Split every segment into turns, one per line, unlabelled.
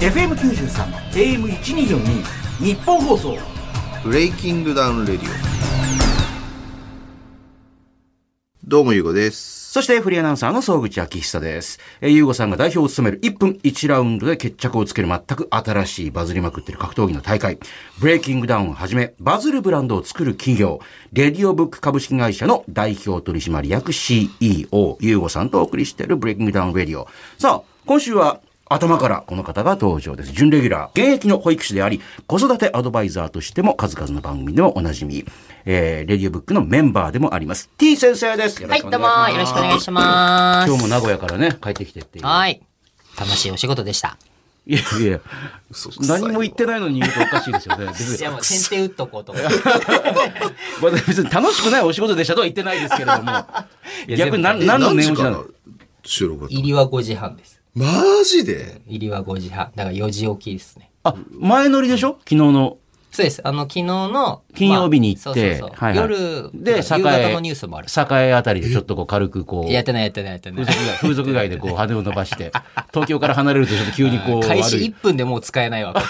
FM93 AM1242 日本放送
ブレイキングダウンレディオどうもゆうこです
そしてフリーアナウンサーの総口昭久です。えー、ゆうごさんが代表を務める1分1ラウンドで決着をつける全く新しいバズりまくってる格闘技の大会、ブレイキングダウンをはじめ、バズるブランドを作る企業、レディオブック株式会社の代表取締役 CEO、ゆうごさんとお送りしているブレイキングダウンレディオ。さあ、今週は頭からこの方が登場です。準レギュラー、現役の保育士であり、子育てアドバイザーとしても数々の番組でもおなじみ、えー、レディオブックのメンバーでもあります。T 先生です。よろ
は
し
い、
く
ど
お
う
願
も、よろしくお願いします。
今日も名古屋からね、帰ってきてっていう。
はい。楽しいお仕事でした。
いやいや、
くさい
何も言ってないのに言うとおかしいですよね。別
じゃあ
に
もう先手打っとこうと思って。
まあ別に楽しくないお仕事でしたとは言ってないですけれども。逆に何
全部
何の
何
念
時
押し
か
な
ら
の
収録だった
入りは5時半です。
マジで
入りは5時半。だから4時起きですね。
あ、前乗りでしょ昨日の。
そうです。あの、昨日の。
金曜日に行って
まあそうそうそう
はいはい
夜、
で、
夕
栄。
方のニュースもある。
栄あたりでちょっとこう軽くこう。
やってない、やってない、やってな
風
い。
俗街風俗街でこう羽を伸ばして、東京から離れるとちょっと急にこう。
開始
悪い
1分でもう使えないわ。こ こ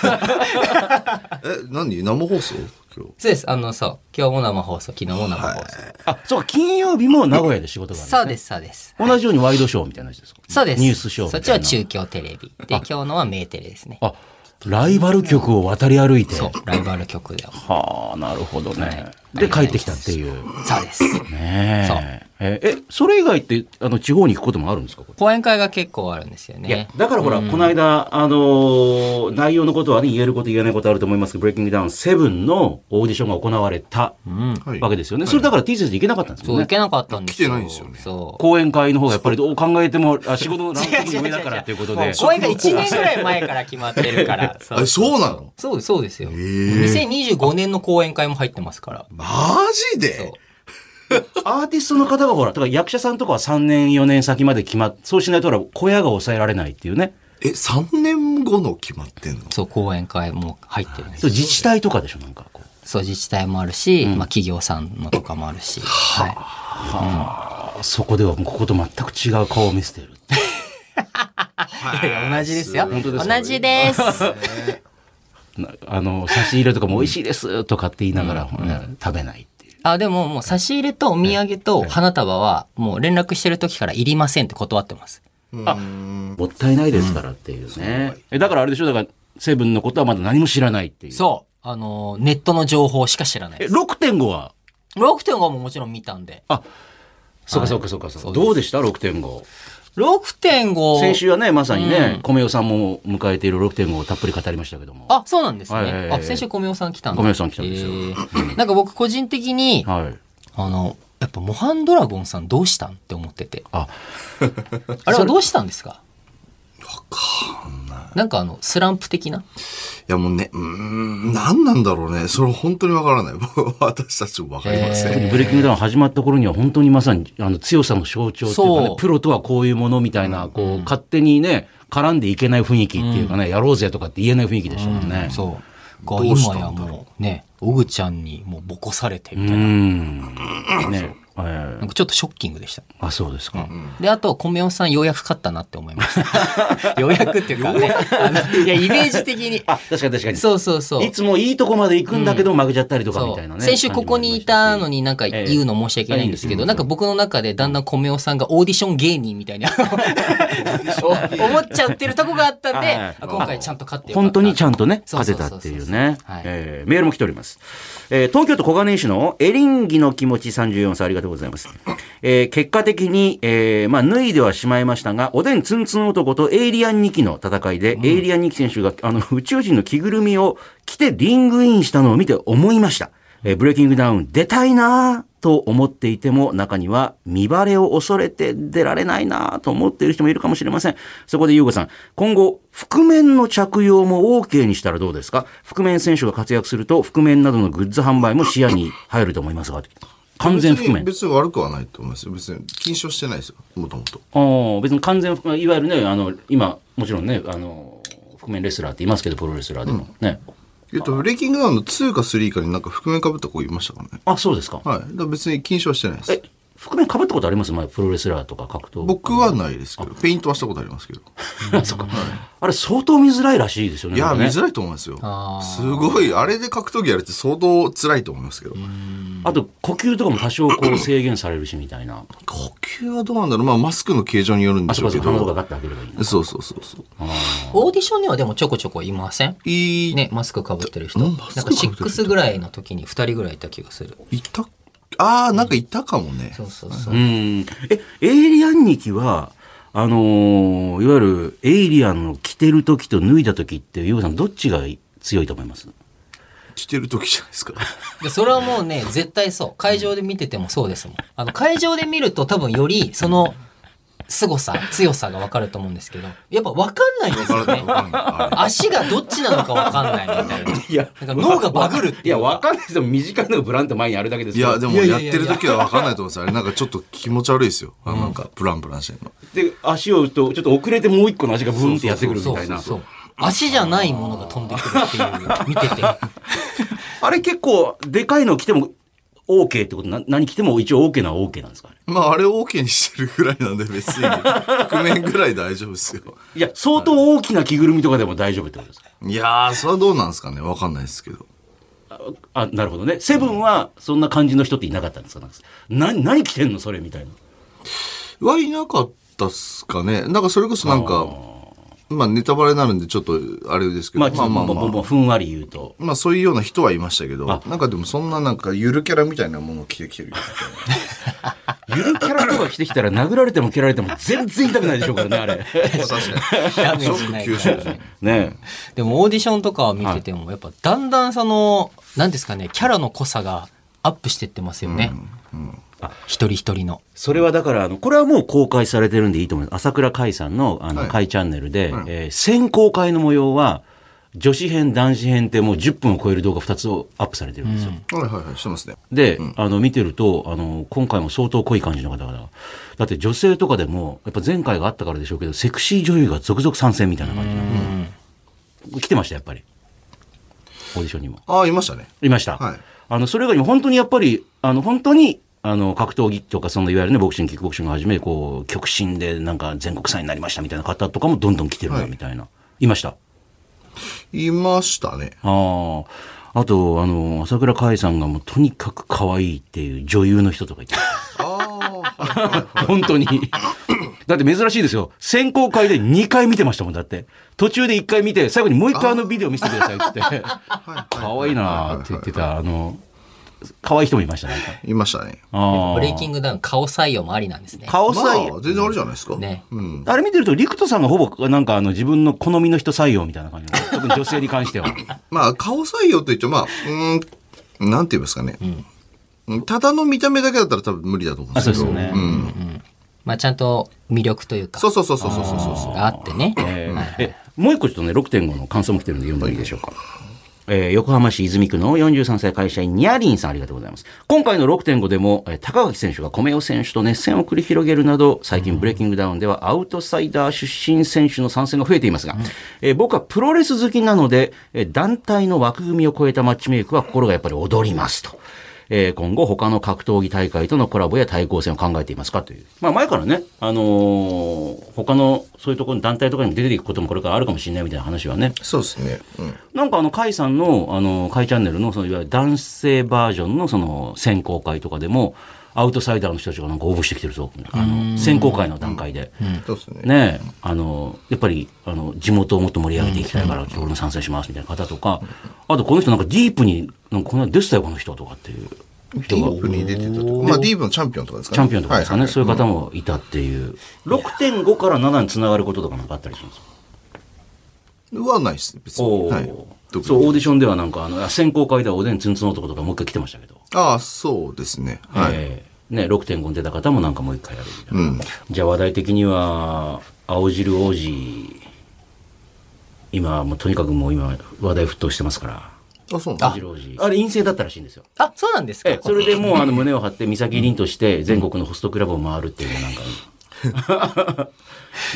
え何生放送今日
そうです。あの、そう。今日も生放送、昨日も生放送。
あ、そうか、金曜日も名古屋で仕事があるん
そう
ね。
です、そうです。
同じようにワイドショーみたいなやつですか
そうです。
ニュースショーみた
そ
い
っ
な。
ちは中京テレビ。で、今日のはメーテレですね。
あ、ライバル局を渡り歩いて。
そう、ライバル曲で。
はあ、なるほどね。
い
で、帰ってきたっていう。
そうです。そう
ねえ。え、えそれ以外って、あの、地方に行くこともあるんですかこれ
講演会が結構あるんですよ
いや
ね。、
だからほら、この間、あのー内容のことはね、言えること言えないことあると思いますけど、ブレイキングダウン7のオーディションが行われた
はい
わけですよね。それだから T 先生行けなかったんです
そう、
よ
行
ね。
けなかったんですよ。
来てないんですよね
そう。
講演会の方がやっぱりどう考えても、あ仕事のランキング上だからということで。
講演会1年ぐらい前から決まってるから。そ
あそうなの
そうそうですよ。
ー
2025年の講演会も入ってますから。
マジ
そう
で。
アーティストの方がほら、だから役者さんとかは3年、4年先まで決まっ、そうしないとほら、小屋が抑えられないっていうね。
え3年後の決まってんの
そう、講演会も入ってるんです
そう
よ
自治体とかでしょ、なんかこう。
そう、自治体もあるし、まあ企業さんのとかもあるし。は
あそこではもうここと全く違う顔を見せている。
い。いや同じですよ。
本当ですか
同じです。
なあの、差し入れとかも美味しいですとかって言いながら、ね食べないっていう。
あ、でももう差し入れとお土産と花束は、もう連絡してる時からいりませんって断ってます。
もったいないですからっていうね。えだからあれでしょ、だから、セブンのことはまだ何も知らないっていう。
そう。あの、ネットの情報しか知らない
え、
です。
6.5は
6.5ももちろん見たんで。
そうかそうかそうかそうう。
です
どうでした ?6.5。
6.5。
先週はね、まさにね、米代さんも迎えている6.5をたっぷり語りましたけども。
あ、そうなんですね。
はいはいはい
あ、先週小宮さん来たんだ。
小宮さん来たんですよ
えーなんか僕個人的に、
はい。
あの、やっぱモハンドラゴンさんどうしたんって思ってて。
あ、
あれはどうしたんですかわかんない。なんかあの、スランプ的ない
やもうねうーん何なんだろうねそれ本当にわからない 私たちもわかりません、
え
ブレイキングダウン始まった頃には本当にまさにあの強さの象徴っていうかね
そう
プロとはこういうものみたいな、こう、勝手にね、絡んでいけない雰囲気っていうかね、やろうぜとかって言えない雰囲気でしたもんね。
そう。が
どうした
今
んだろう
やもうね、オグちゃんにもうボコされてみ
う
たいな。
ん。ね。えー
なんかちょっとショッキングでした。
あ、そうですか。
で、あと、コメオさんようやく勝ったなって思いました。ようやくっていうかね。あのいや、イメージ的に。
あ、確かに確かに。
そうそうそう。
いつもいいとこまで行くんだけど負けちゃったりとか
そ
み
う
たいなね。
先週ここにいたのになんか言うの申し訳ないんですけど、なんか僕の中でだんだん米尾さんがオーディション芸人みたいに あの思っちゃってるとこがあったんで、
はい
あ今回ちゃんと勝ってよかった
本当にちゃんとね、
そう
勝
そ
て
うそうそう
たっていうね。
はい
えーメールも来ております。えー東京都小金井市のエリンギの気持ち34歳ありがとうございます。えー結果的に、えーまあ、脱いではしまいましたが、おでんツンツン男とエイリアン2期の戦いで、エイリアン2期選手が、あの、宇宙人の着ぐるみを着てリングインしたのを見て思いました。えーブレイキングダウン出たいなぁと思っていても中には見バレを恐れて出られないなぁと思っている人もいるかもしれません。そこで優子さん、今後覆面の着用も OK にしたらどうですか覆面選手が活躍すると覆面などのグッズ販売も視野に入ると思いますが、完全覆面。
別に悪くはないと思いますよ別に緊張してないですよもともと
ああ、別に完全覆面、いわゆるね、あの、今、もちろんね、あの、覆面レスラーって言いますけど、プロレスラーでも、ね。
えっと、ブレイキングダウンの2か3かになんか覆面かぶった子いましたからね。
あ、そうですか。
はい。だから別に緊張はしてないです。
え、覆面かぶったことあります前プロレスラーとか格闘
僕はないですけど、ペイントはしたことありますけど。
あれ相当見づらいらしいですよね
いや、
なんか
見
ね
づらいと思いますよ
あ。ー
すごい、あれで格闘技やるって相当辛いと思いますけど。
あと呼吸とかも多少こう制限されるしみたいな
呼吸はどうなんだろうまあ、マスクの形状によるん
あ
でし
そ
ょ
こ
うけ
そこ鼻とか
ど。
ガッて開ければいいの
そうそうそうそう。
オーディションにはでもちょこちょこいません
い、
ね、マスクかぶってる人。
う
なんん
マ
か
スクかぶってる人
6ぐらいの時に2人ぐらいいた気がする。
いた、ああ、なんかいたかもね。
そうそうそう
う。んえエイリアンニキはあのーいわゆるエイリアンを着てる時と脱いだ時ってユウさんどっちが強いと思います
着てる時じゃないですか。
で、それはもうね、絶対そう。会場で見ててもそうですもん。あの、会場で見ると多分より、その、凄さ、強さがわかると思うんですけど、やっぱわかんないんですよね。足がどっちなのかわかんないみたいな。
いや
なんか脳がバグるっていうか
わかんないですよ短いのがブランと前にあるだけで
いや、でも
いやいや
やっ
いや
てる時は分かんないと思うんですよ。あれ、なんかちょっと気持ち悪いですよ。あのなんか、ブランブランしてるの。
で足を打つとちょっと遅れてもう一個の足がブーンってやってくるみたいな
そう。足じゃないものが飛んでくるっていう、見 てて。
あれ結構でかいの着ても OK ってことな何着ても一応 OK なのは OK なんですかね
まあ、あれを OK にしてるぐらいなんで、別に。覆面ぐらい大丈夫ですよ。
いや相当大きな着ぐるみとかでも大丈夫ってことですか
いやー、それはどうなんですかね。分かんないですけど。
あなるほどねセブンはそんな感じの人っていなかったんですかなんかな何着てんのそれみたいな
はいなかったっすかね。なんか、それこそなんか、まあ、ネタバレになるんで、ちょっと、あれですけど、
ま
ま
あ
あまあま
ぼ
あ
んぼんぼんふんわり言うと
まあ、そういうような人はいましたけど、
あ
なんかでも、そんななんか、ゆるキャラみたいなものを着てきてる。
ゆるキャラとか着てきたら殴られても蹴られても全然痛くないでしょうからねあ れ
確かに。
ダメージない
ショ
か
ック吸収
らね。
ね
でもオーディションとかを見てても、やっぱだんだんその、なんですかね、キャラの濃さがアップしてってますよね。一人一人の。
それはだから、あの、これはもう公開されてるんでいいと思います。朝倉海さんの、あの、
はい
海チャンネルで、えー先行会の模様は、女子編、男子編ってもう10分を超える動画2つをアップされてるんですよ。
はいはいはい、してますね。
で、あの、見てると、あの、今回も相当濃い感じの方々。だって女性とかでも、やっぱ前回があったからでしょうけど、セクシー女優が続々参戦みたいな感じなの来てました、やっぱり。オーディションにも。
ああ、いましたね。
いました。
はい
あの、それが今本当にやっぱり、あの、本当に、あの、格闘技とか、そのいわゆるね、ボクシング、キックボクシングをはじめ、こう、極真でなんか全国3位になりましたみたいな方とかもどんどん来てるな、みたいな。いました。
いましたね。
ああ。あと、あの、朝倉海さんがもうとにかく可愛いっていう女優の人とかいて、
ああ、
本当に。だって珍しいですよ。選考会で2回見てましたもん、だって。途中で1回見て、最後にもう1回あのビデオ見せてくださいって言って、可愛いなーって言ってた、あの、可愛い人もいました、なんか。
いましたね。
あ
ブレイ
ー
キングダウン顔採用もありなんですね。
顔
ま
採用、
あ、全然あれじゃないですか。
ね
うん。
あれ見てると、陸斗さんがほぼ、なんかあの、自分の好みの人採用みたいな感じ。特に女性に関しては。
まあ、顔採用といっても、まあ、うーん、なんて言いますかね。うんただの見た目だけだったら多分無理だと思うん
あ、
です
そう
け
で
ど。
すよね。
まあちゃんと魅力というか、
そうそうそうそうそうそうそう。
があってね。
えーえもう一個ちょっとね、6.5の感想も来てるんで読んでもいいでしょうか。えー横浜市泉区の43歳会社員、ニャリンさんありがとうございます。今回の6.5でも、えー高垣選手が米尾選手と熱戦を繰り広げるなど、最近ブレイキングダウンではアウトサイダー出身選手の参戦が増えていますが、えー僕はプロレス好きなので、えー団体の枠組みを超えたマッチメイクは心がやっぱり躍りますと。えー今後他の格闘技大会とのコラボや対抗戦を考えていますかという。まあ前からね、あのー他のそういうところの団体とかにも出ていくこともこれからあるかもしれないみたいな話はね。
そうですね。うん。
なんかあの、甲斐さんの、あの、甲斐チャンネルの、その、いわゆる男性バージョンのその、選考会とかでも、アウトサイダーの人たちがなんか応募してきてるぞ。あの、選考会の段階で。
そうですね。
ねえ、あの、やっぱり、あの、地元をもっと盛り上げていきたいから、今日俺も参戦しますみたいな方とか、あとこの人なんかディープに、なんかこの間出てたよ、この人とかっていう。
ディープに出てたとか。まあ、ディープのチャンピオンとかですかね。
チャンピオンとかですかね、
はいはい
そういう方もいたっていう。6.5から7につながることとかなんかあったりしますか
はないですね、別に。
おー
はい。特に
そう、オーディションではなんか、あの、選考会ではおでんつんつん男とかもう一回来てましたけど。
ああ、そうですね。はい。
えーね、6.5に出た方もなんかもう一回やるみたいな。
うん。
じゃあ話題的には、青汁王子、今、もうとにかくもう今、話題沸騰してますから。
あ、そうな
青
んだ。
汁王子。あれ陰性だったらしいんですよ。
あ、そうなんですか
ええ、それでもうあの胸を張って、岬凛として全国のホストクラブを回るっていうのなんか、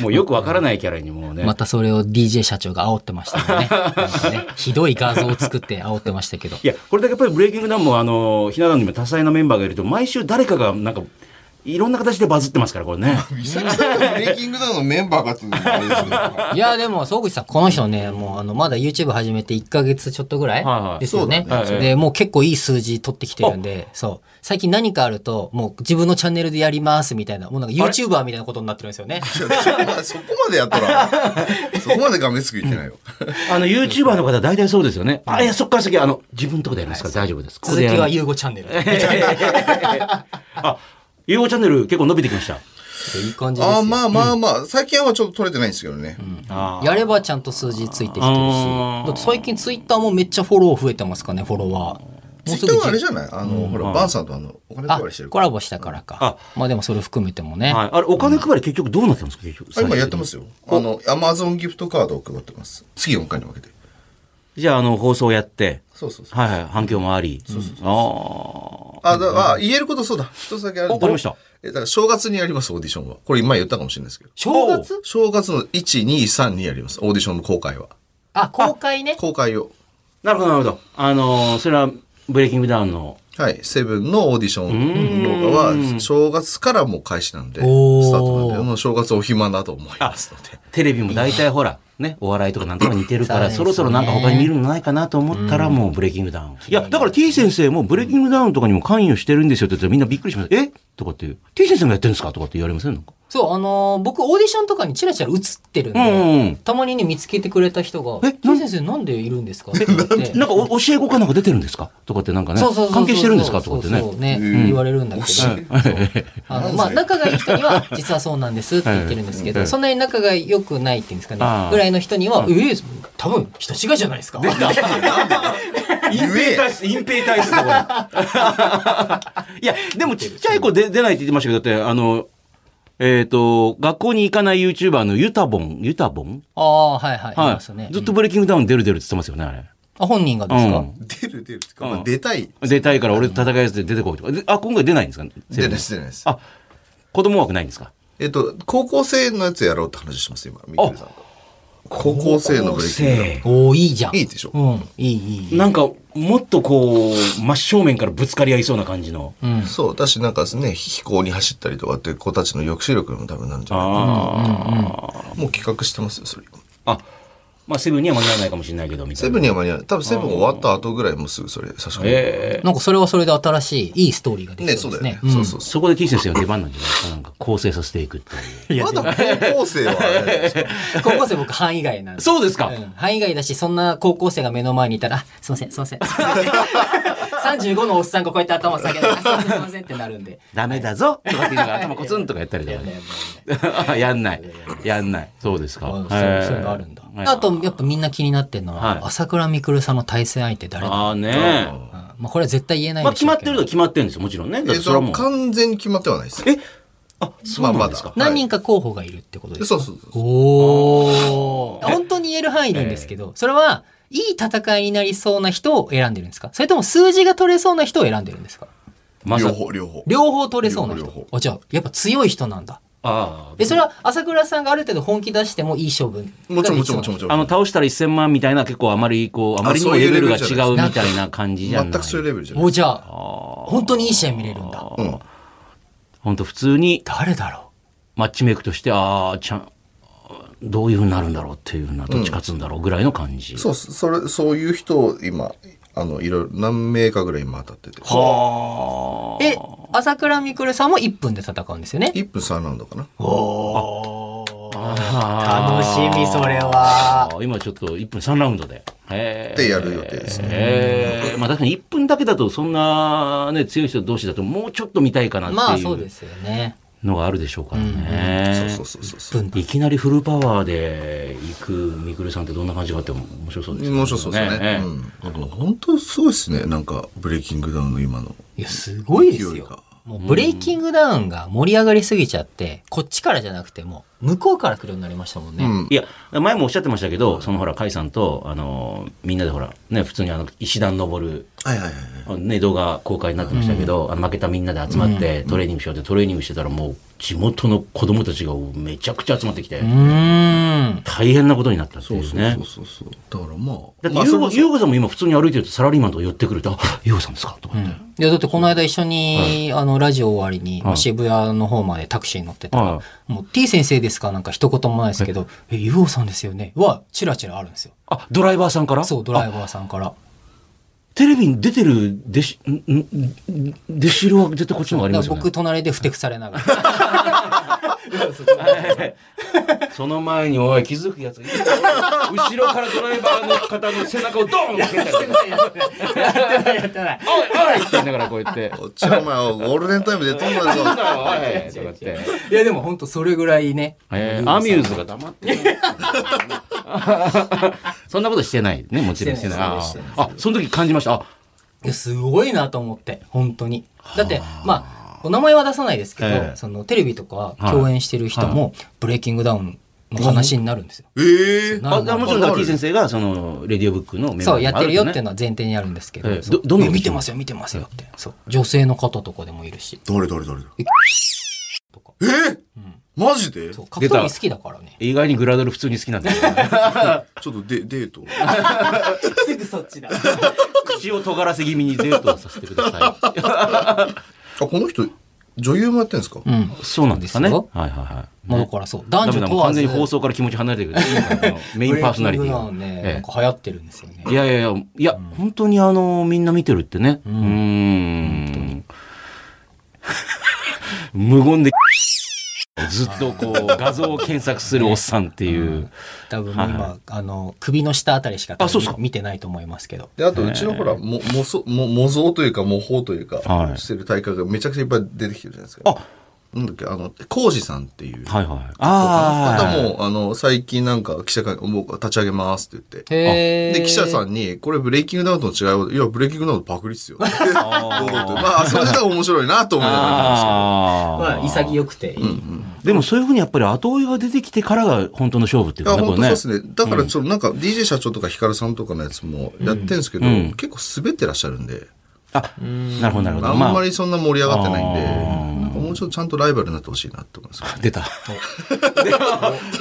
もうよくわからないキャ ラにもうね、
またそれを DJ 社長が煽ってましたもんね。なんかねひどい画像を作って煽ってましたけど。
いや、これだけやっぱりブレイキングダウンも、あの、ひな壇にも多彩なメンバーがいると、毎週誰かがなんか、いろんな形でバズってますから、これね。
ミサキさんがブレイキングダウンのメンバーかっていうのもあれですけど
いや、でも、総口さん、この人ね、もう、あの、まだ YouTube 始めて1ヶ月ちょっとぐら
はいはい
いですよね。
そうだね
で、もう結構いい数字取ってきてるんで、そう。最近何かあると、もう自分のチャンネルでやりますみたいな、もうなんか YouTuber みたいなことになってるんですよね。
そこまでやったら、そこまでがめつくいってな いよ。
あの、YouTuber の方大体そうですよね。あ、いや、そっから先、あの、自分のとこでやりますから大丈夫です。ここ
続
で
き
やる
はゆうごチャンネル。
あ、ゆうごチャンネル結構伸びてきました。
いい感じです
あ
よ
ーまあまあまあ、最近はちょっと取れてないんですけどね。
あー
やればちゃんと数字ついてきてるし。
あー
だって最近ツイッターもめっちゃフォロー増えてますかね、フォロワー。も
ツ
う
イ
す
ッタ
ぐ
ーはあれじゃないあの、ほら、バンさんとあの、お金
あ
配りしてるか
コラボしたからか。まあでもそれ含めてもね。
はい。あれ、お金配り結局どうなってますか、結局。。
ら。あ今やってますすよ。あの、アマゾンギフトカードを配ってます。次4回に分けて。
じゃあ、あの、放送やって、
そうそうそう。
はいはい、反響もあり。あ
あ、だあ、言えることそうだ。一つだけある
あ。わかりました。
え、だから正月にやります、オーディションは。これ今言ったかもしれないですけど。
正月
正月の1、2、3にやります。オーディションの公開は。
あ、公開ね。
公開を。
なるほど、なるほど。あのー、それは、ブレイキングダウンの。
はい。セブンのオーディション動画は、正月からもう開始なんで、スタ
お
ー
ー
トなんで、もう正月お暇だと思いますので。
テレビも大体ほら、ね、お笑いとかなんとか似てるから、そ
そう
ろ
ですね
そろなんか他に見るのないかなと思ったら、もうブレイキングダウン。いや、だから T 先生もブレイキングダウンとかにも関与してるんですよって言ったらみんなびっくりします。えとかっていう。T 先生もやってるんですかとかって言われませんなんか
そう、あのー僕オーディションとかにチラチラ映ってるんで、
うんうん
たまにね、見つけてくれた人が、
え
え、先生なんでいるんですかって言って。
なんかお教え子かなんか出てるんですかとかってなんかね
そうそうそうそう。、
関係してるんですかとかってね。
そうそうね、言われるんだけど。そうあの、まあ、仲がいい人には、実はそうなんですって言ってるんですけ
は
ど、
い
そんなに仲が良くないっていうんですか
ああ。
ねぐらいの人には、ええ、多分人違いじゃないですか。
言え
質、隠蔽体質だ、これ。 いや、でもちっちゃい子で出ないって言ってましたけど、だって、あの、えっ、と、学校に行かない YouTuber のユタボン、ユタボン
ああ、はいはい。い
は
ますね
い。ずっとブレイキングダウン出る出るって言ってますよね、あれ。
あ、本人がですか
う
出る出るってか、まあ出たい。
ん。出たいから俺と戦いやつで出てこいとか。であ、今回出ないんですか
出ないです、出ないです。
あ、子供枠ないんですか
えっと、高校生のやつやろうって話します、今、ミッケルさんが。高校生のブレイキングダウン。
おおいいじゃん。
いいでしょ
うん。いい、いい。
なんか、もっとこう、真正面からぶつかり合いそうな感じの。
うん。
そう、だしなんかね、飛行に走ったりとかって子たちの抑止力のためなんじゃない
ああ。
もう企画してますよ、それ。
あ、まあ、セブンには間に合わないかもしれないけど、みたいな。
セブンには間に合わない。多分セブン終わった後ぐらいもうすぐそれ、差し込む。
ええ
なんかそれはそれで新しい、いいストーリーがで
ね、
きそ
そうう
で
だよ
すね
ね。。
うん
そうそうそ
そこで T 先生の出番なんじゃないですかなんか構成させていくっていう。
う。まだ高校生はね、
高校生僕範囲外なん で。
そうですか
ん範囲外だし、そんな高校生が目の前にいたら、あすいません、すいません。35のおっさんがこうやって頭下げて、あすいません、すいませんってなるんで。
ダメだぞとかっていうのが頭コツンとかやったりとかね。 やんない。やんない。そうですか。
そう
へえ
そういうのあるんだ。
はい
あと、やっぱみんな気になってるの
はい
は、朝倉未来さんの対戦相手誰だ
ああね。
うんまあこれは絶対言えないん
まあ
で
決
しょ
ま
う
っ
け
て
ど
ると決まってるんですよ。もちろんね。だって
えっ
それは
と、
もう。
完全に決まってはないです。
えあ、そうなんです
ま
か
あ。
何人か候補がいるってことですか
そうそうそう。
おお。本当に言える範囲なんですけど、それは、いい戦いになりそうな人を選んでるんですかそれとも数字が取れそうな人を選んでるんですか
まさ
両方、両方。
両方取れそうな
両方両
人。あ、じゃあ、やっぱ強い人なんだ。
あ
え、それは朝倉さんがある程度本気出してもいい勝負ができそうな。
もちろん、もちろん、もちろんもち
あ
ろ
の、
ん。
倒したら1000万みたいな、結構あまり、こう、あまりにも
あそうい
レ
う
ベ
レ
ル
ベ
が
ルじ
違
ゃないう
みたいな感じじゃない。
全くそういうレベルじゃない
お、。じゃあ、本当にいい試合見れるんだ。
うん。
本当普通に
誰だろ
マッチメイクとして、ああ、ちゃん、どういうふうになるんだろうっていうふうな、どっち勝つんだろうぐらいの感じ。
そう、それ、そういう人を今、あの、いろいろ、何名かぐらい今当たってて。
は
うえ、朝倉未来さんも1分で戦うんですよね。
1分3ラウンドかな。
あ。
楽しみ、それは。
あー今ちょっと1分3ラウンドで。へー
でやる予定ですね
へーまあ確かに1分だけだと、そんなね、強い人同士だと、もうちょっと見たいかなっていう。
まあ、そうですよね。
のがあるでしょうからね。
そうそうそうそう。
いきなりフルパワーで行くみくるさんってどんな感じがあっても面白そうです
面白そうですね。
え
うん。なんか本当すごいですね。なんか、ブレイキングダウンの今の。
いや、すごいです
勢い
よ
が。
もうブレイキングダウンが盛り上がりすぎちゃって、こっちからじゃなくても、向こうから来るようになりましたもんね。
えいや、前もおっしゃってましたけど、そのほら、甲斐さんと、あの、みんなでほら、ね、普通にあの、石段登る
はいはいはい。
あのね、動画公開になってましたけど、あの負けたみんなで集まってトレーニングしようってトレーニングしてたらもう地元の子供たちがめちゃくちゃ集まってきて、
うーん。
大変なことになったっていうね
そう。そうそう。だからまあ。
だってゆ
まあ
う
それ
ご、
こそ
ゆうごさんも今普通に歩いてるとサラリーマンとか寄ってくると、あ、ゆうごさんですかとかって。
いや、だってこの間一緒に、あの、ラジオ終わりに、まあ渋谷の方までタクシーに乗ってたら、
はい
もう T 先生ですかなんか一言もないですけど、え、ゆうおさんですよねは、チラチラあるんですよ。
あ、ドライバーさんから
そう、ドラ
あ
イバーさんから。
テレビに出てる弟子、んんん弟子色は絶対こっちの方があり
だ
ま
か
すよ
ら
ね
僕、。隣でふてくされながら。
その前に、おい、気づくやついるだろ後ろからドライバーの方の背中をドーンって蹴ったりとかおい、おいって言いながらこうやって。
こっちのお前はゴールデンタイムで飛んだぞ。
おいとかって。
いや、でも本当それぐらいね。
えーアミューズが黙ってる。そんなことしてないね、もちろんしてない。あ
してない
ー、あその時感じました。あ、
いや、すごいなと思って、本当に。だって、まあ、お名前は出さないですけど、
ええ
そのテレビとか共演してる人も、ブレイキングダウンの話になるんですよ。
ええ
な
あ
るなる
もちろん、ラッキー先生が、その、レディオブックのメンバー
そう、やってるよっていう
の
のは前提にあるんですけど、
ええ
そう
どどの
いや見てますよ、見てますよって。そう。女性の方とかでもいるし。
誰誰誰だ
えとか
えマジでち
そ
ょ
う、かっこいい好きだからね。
意外にグラドル普通に好きなんだよね
っとデデート。
すぐそっちだ。
口を尖らせ気味にデートをさせてください。
あ、この人、女優もやってんですか
うん。
そうなんですかね。
です
はい
よ
はいはい。
まあだ
ね
からそう、
ダ
男
メ
女
だも
問
う
わ
完
ず。
全に放送から気持ち離れてくる。あのメインパーソナリティ
ブレイキングダウンね、なん
え
か流行ってるんですよね
え。いやいやいや、いや、本当にあの、みんな見てるってね。うーん。 無言で、 ずっとこう、画像を検索するおっさんっていう。
多分今、あの、首の下あたりしか多分
あそうっすか
見てないと思いますけど。
で、あと、うちのほら、も、もそ、も、模造というか、模倣というか、
はい
してる大会がめちゃくちゃいっぱい出てきてるじゃないですか。
あ
なんだっけ、あの、コウジさんっていう。
はいはい。
方
ああ。
も、あの、最近なんか記者会、もう立ち上げますって言って。
へー
で、記者さんに、これブレイキングダウンとの違いを、いや、ブレイキングダウンとパクリっすよ。堂 々とまあ、それだから面白いなと思いながら見てますけど。
あ
ま
あ。
あ、潔くていい。
でもそういうふうにやっぱり後追いが出てきてからが本当の勝負ってい
いう
か
や、
ね、
本当そう
ね。
ですね。だから、そのなんか、DJ 社長とかヒカルさんとかのやつもやってるんですけど、結構滑ってらっしゃるんで、
あ、なるほどなるほど。
あんまりそんな盛り上がってないんで、
あー
なんかもうちょっとちゃんとライバルになってほしいなって思います。
出 た。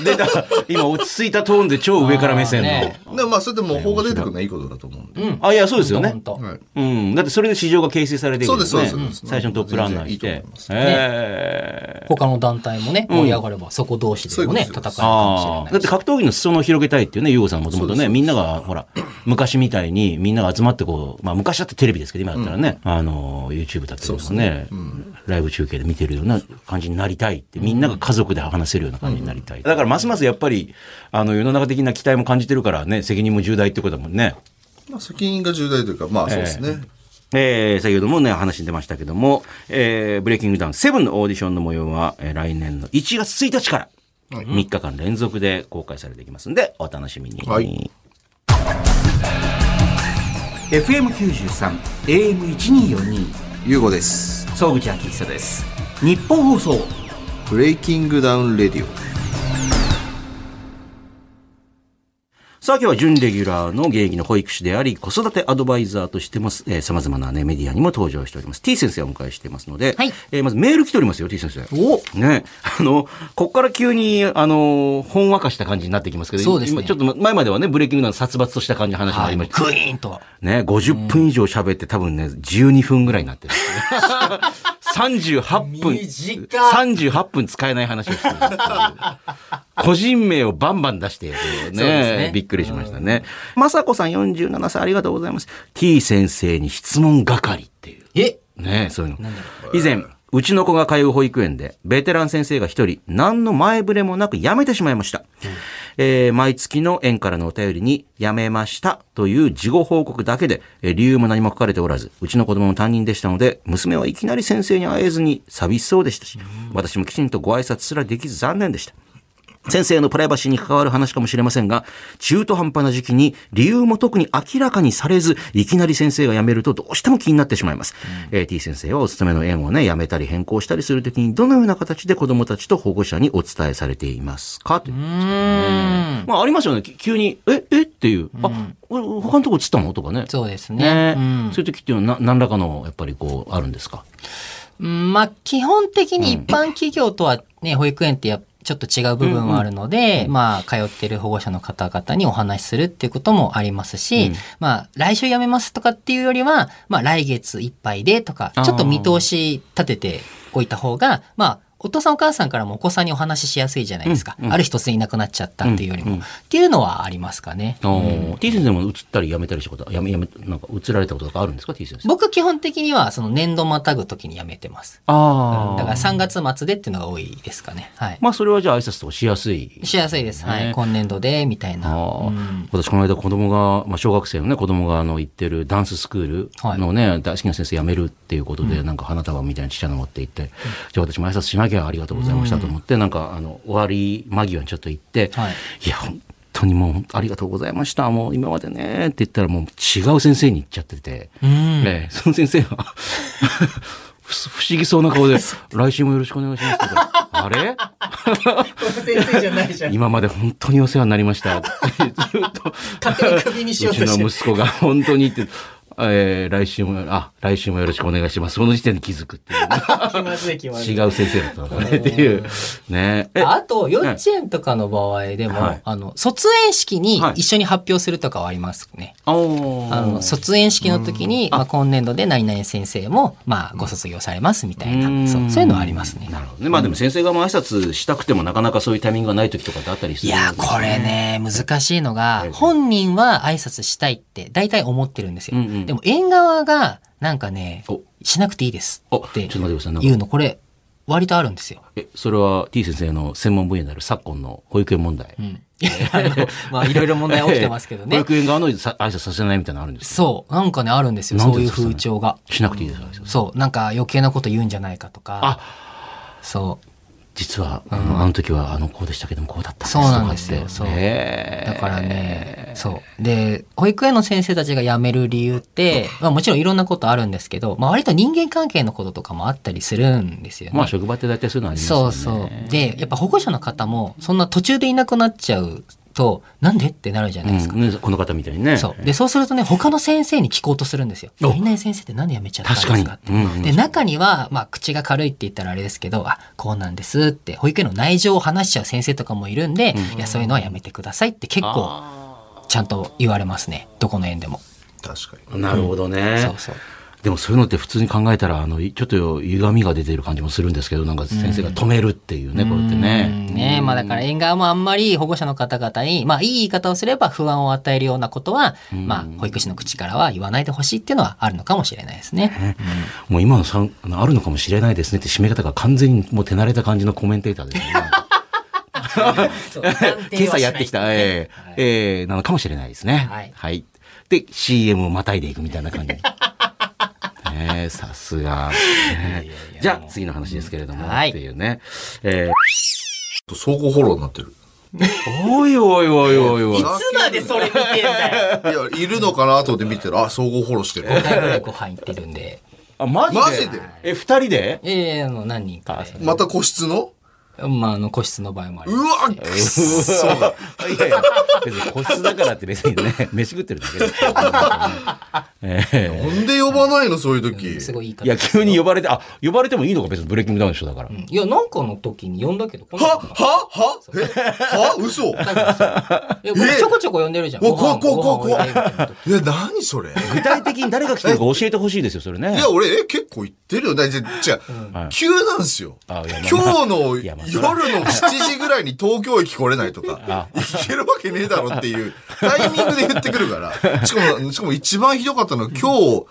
出た。今落ち着いたトーンで超上から目線
あー
の
ね。
でまあ、それでもう法が出てくるのはいいことだと思うんで。
あ、いや、そうですよね
本。当
はい。
うん。だってそれで市場が形成されていくんね
そうですそうですそうです
最初のトップランナーい
全然い
て
いと思いま。す
ええ。
他の団体もね、盛り上がれば、そこ同士でもね、
そういう
戦
こ
え
とで
るか
す
もしれ
あ
な
あ。
い。
だって格闘技の裾野を広げたいっていうね、ゆうごさんもともと
そうで
ね、
す
みんなが、ほら、昔みたいにみんなが集まってこう、まあ昔だってテレビですけど、今だったらね、あの、YouTube だったりですね、ライブ中継で見てるような感じになりたいって、みんなが家族で話せるような感じになりたい。だからますますやっぱり、あの、世の中的な期待も感じてるからね、責任も重大ってことだもんね。
まあ、責任が重大というか、まあ、そうですね。
えー先ほどもね、話に出ましたけども、えーブレイキングダウン7のオーディションの模様は、えー来年の1月1日から、3日間連続で公開されていきますんで、お楽しみに。
はい。
FM93 AM1242
ゆうごです。
総口昭久です日本放送
ブレイキングダウンレディオ。
さあ今日は準レギュラーの現役の保育士であり、子育てアドバイザーとしてます、えー、様々なね、メディアにも登場しております。t 先生をお迎えしていますので、
はい
えーまずメール来ておりますよ、t 先生。
お
ね、あの、こっから急に、あの、ほんわかした感じになってきますけど、
そうですね
今ちょっと前まではね、ブレイキングダウン殺伐とした感じの話もあ
は
り
い、
ま
もう
した。
クイーンと。
ね、50分以上喋って多分ね、12分ぐらいになって る。38分、
短っ
38分使えない話をしてるっていう。個人名をバンバン出してね、
ですね
びっくりしましたね。まさこさん47歳ありがとうございます。t 先生に質問係っていう。
え
ねそういうの。以前、うちの子が通う保育園で、ベテラン先生が一人、何の前触れもなく辞めてしまいました。えー毎月の園からのお便りに、辞めましたという事後報告だけで、えー理由も何も書かれておらず、うちの子供の担任でしたので、娘はいきなり先生に会えずに寂しそうでしたし、私もきちんとご挨拶すらできず残念でした。先生のプライバシーに関わる話かもしれませんが、中途半端な時期に理由も特に明らかにされず、いきなり先生が辞めるとどうしても気になってしまいます。えー T 先生はお勤めの園をね、辞めたり変更したりするときに、どのような形で子供たちと保護者にお伝えされていますかという。
うん。
まあ、ありますよね。き急に、え、えっていう。あ、俺他のとこ映ったのとかね。
そうですね
ね。
うん
そういう時っていうのはな何らかのやっぱりこうあるんですか
うんまあ、基本的に一般企業とはね、保育園ってやっちょっと違う部分はあるので、まあ、通ってる保護者の方々にお話しするっていうこともありますし、まあ、来週辞めますとかっていうよりは、まあ、来月いっぱいでとか、
あー
ちょっと見通し立てておいた方が、まあ、お父さんお母さんからもお子さんにお話ししやすいじゃないですか。ある日突然いなくなっちゃったっていうよりも。っていうのはありますかね。
あー T 先生も移ったり辞めたりしたことは、辞め、辞め、なんか移られたこととかあるんですか ?T 先生。
僕基本的には、その年度またぐ時に辞めてます。
あ
だから3月末でっていうのが多いですかね。はい。
まあそれはじゃあ挨拶とかしやすい。
しやすいです。はい。
ね
今年度で、みたいな。
ああ
うん
私この間子供が、まあ、小学生のね子供があの行ってるダンススクールのね、大好きな先生辞めるっていうことで、なんか花束みたいなちっちゃいの持って行って、じゃあ私も挨拶しなきゃありがとうございましたと思って、なんかあの終わり間際にちょっと行って、
はい
い、や本当にもうありがとうございましたもう今までねって言ったらもう違う先生に行っちゃってて、
うん。
ええその先生が不不思議そうな顔で「来週もよろしくお願いします」とか「あれ
先生じゃないじ ゃ。
今まで本当にお世話になりま した。ずっと。
勝手に首にしようとしてる
うちの息子が本当にって、 えー来週も、あ、来週もよろしくお願いします。その時点で気づくっていうね、
気まずい気まずい
違う先生だったのか ねっていう。ねえ。
あと、幼稚園とかの場合でも、
はい
あの、卒園式に一緒に発表するとかはありますね。
おー
あの、卒園式の時に、まあ、今年度で何々先生も、まあ、ご卒業されますみたい
うん
な。そうそういうのはありますね。
なるほどね。まあでも先生側も挨拶したくてもなかなかそういうタイミングがない時とかってあったりす
い
る。
やー、これね、難しいのが
い、
本人は挨拶したいって大体思ってるんですよ
うんうん。
でも、縁側が、なんかね
お、
しなくていいです
お、
って
ちょっと待ってくださいなんか
言うの、これ、割とあるんですよ。
え、それは T 先生の専門分野である昨今の保育園問題。
うん。 あのまあ、いろいろ問題起きてますけど
保
ね。
育園側のさ挨拶させないみたいなのあるんですか
そう。なんかね、あるんですよ。
なん
そう
で
い
です
う
かね
風潮が。
しなくていいですか挨拶
そう。なんか余計なこと言うんじゃないかとか。そう。
実は、あのあの時はあのこうでしたけどもこうだったんです
そうなんですよ
とかって
そう
ね
だからね、そう。で、保育園の先生たちが辞める理由って、まあもちろんいろんなことあるんですけど、まあ割と人間関係のこととかもあったりするんですよね。
まあ職場って大体そういうのありますよ
そ
ね
うそう。で、やっぱ保護者の方も、そんな途中でいなくなっちゃうと、なんでってなるじゃないですか。
うんねこの方みたいにね
そう。で、そうするとね、他の先生に聞こうとするんですよ。
お
何々先生ってなんで辞めちゃったんですか
確かに
って
うんうん
で、中には、まあ、口が軽いって言ったらあれですけど、あ、こうなんですって、保育園の内情を話しちゃう先生とかもいるんで、いや、そういうのはやめてくださいって結構、ちゃんと言われますね。どこの園でも。
確かに。
なるほどね、
そうそう。
でもそういうのって普通に考えたらあのいちょっと歪みが出てる感じもするんですけどなんか先生が止めるっていうね、これってね
うんねまあだから縁側もあんまり保護者の方々に、まあいい言い方をすれば不安を与えるようなことは、まあ保育士の口からは言わないでほしいっていうのはあるのかもしれないですね。
もう今のさんあのあるのかもしれないですねって締め方が完全にもう手慣れた感じのコメンテーターですね 今朝やってきた、えーえーなのかもしれないですね。
はい
で、CM をまたいでいくみたいな 感じ。ねえさすが。ねじゃあ、次の話ですけれども、
は
っ
い
ていうね。え
相互フォローになってる。
ーおいおいおいおいおい。
いつまでそれ見てんだよ。
いや、いるのかなと思って見てる。あ、総合フォローしてる。
ご飯行ってるんで。
あ、マジで
マジで
え、二人で
いやいや、あの、何人かで。
また個室の
まあ、あの、個室の場合もあり
う
ます。
わくっそ
いやいや、別に個室だからって別にね、飯食ってるだけですえ
なんで呼ばないのそういう時。
すごいいい方
ーいや、急に呼ばれて、あ、呼ばれてもいいのか別にブレイキングダウンでしょ、だから。
いや、なんかの時に呼んだけど、こん
は
な
は
ことない
はえは嘘
いや僕ちょこちょこ呼んでるじゃん。
お
ご飯
怖い怖い怖い
ご飯
怖
置
い。
いてみたいな時
いや、何それ。い
具体的に誰が来てるか教えてほしいですよ、それね。
や、俺、え、結構行ってるよ。だって違う、急なんですよ。
あいやまあ
今日の
いや
夜
ま
の
あ
7時ぐらいに東京駅来れないとか、行けるわけねえだろっていうタイミングで言ってくる から。しかも、しかも一番ひどかったのは今日、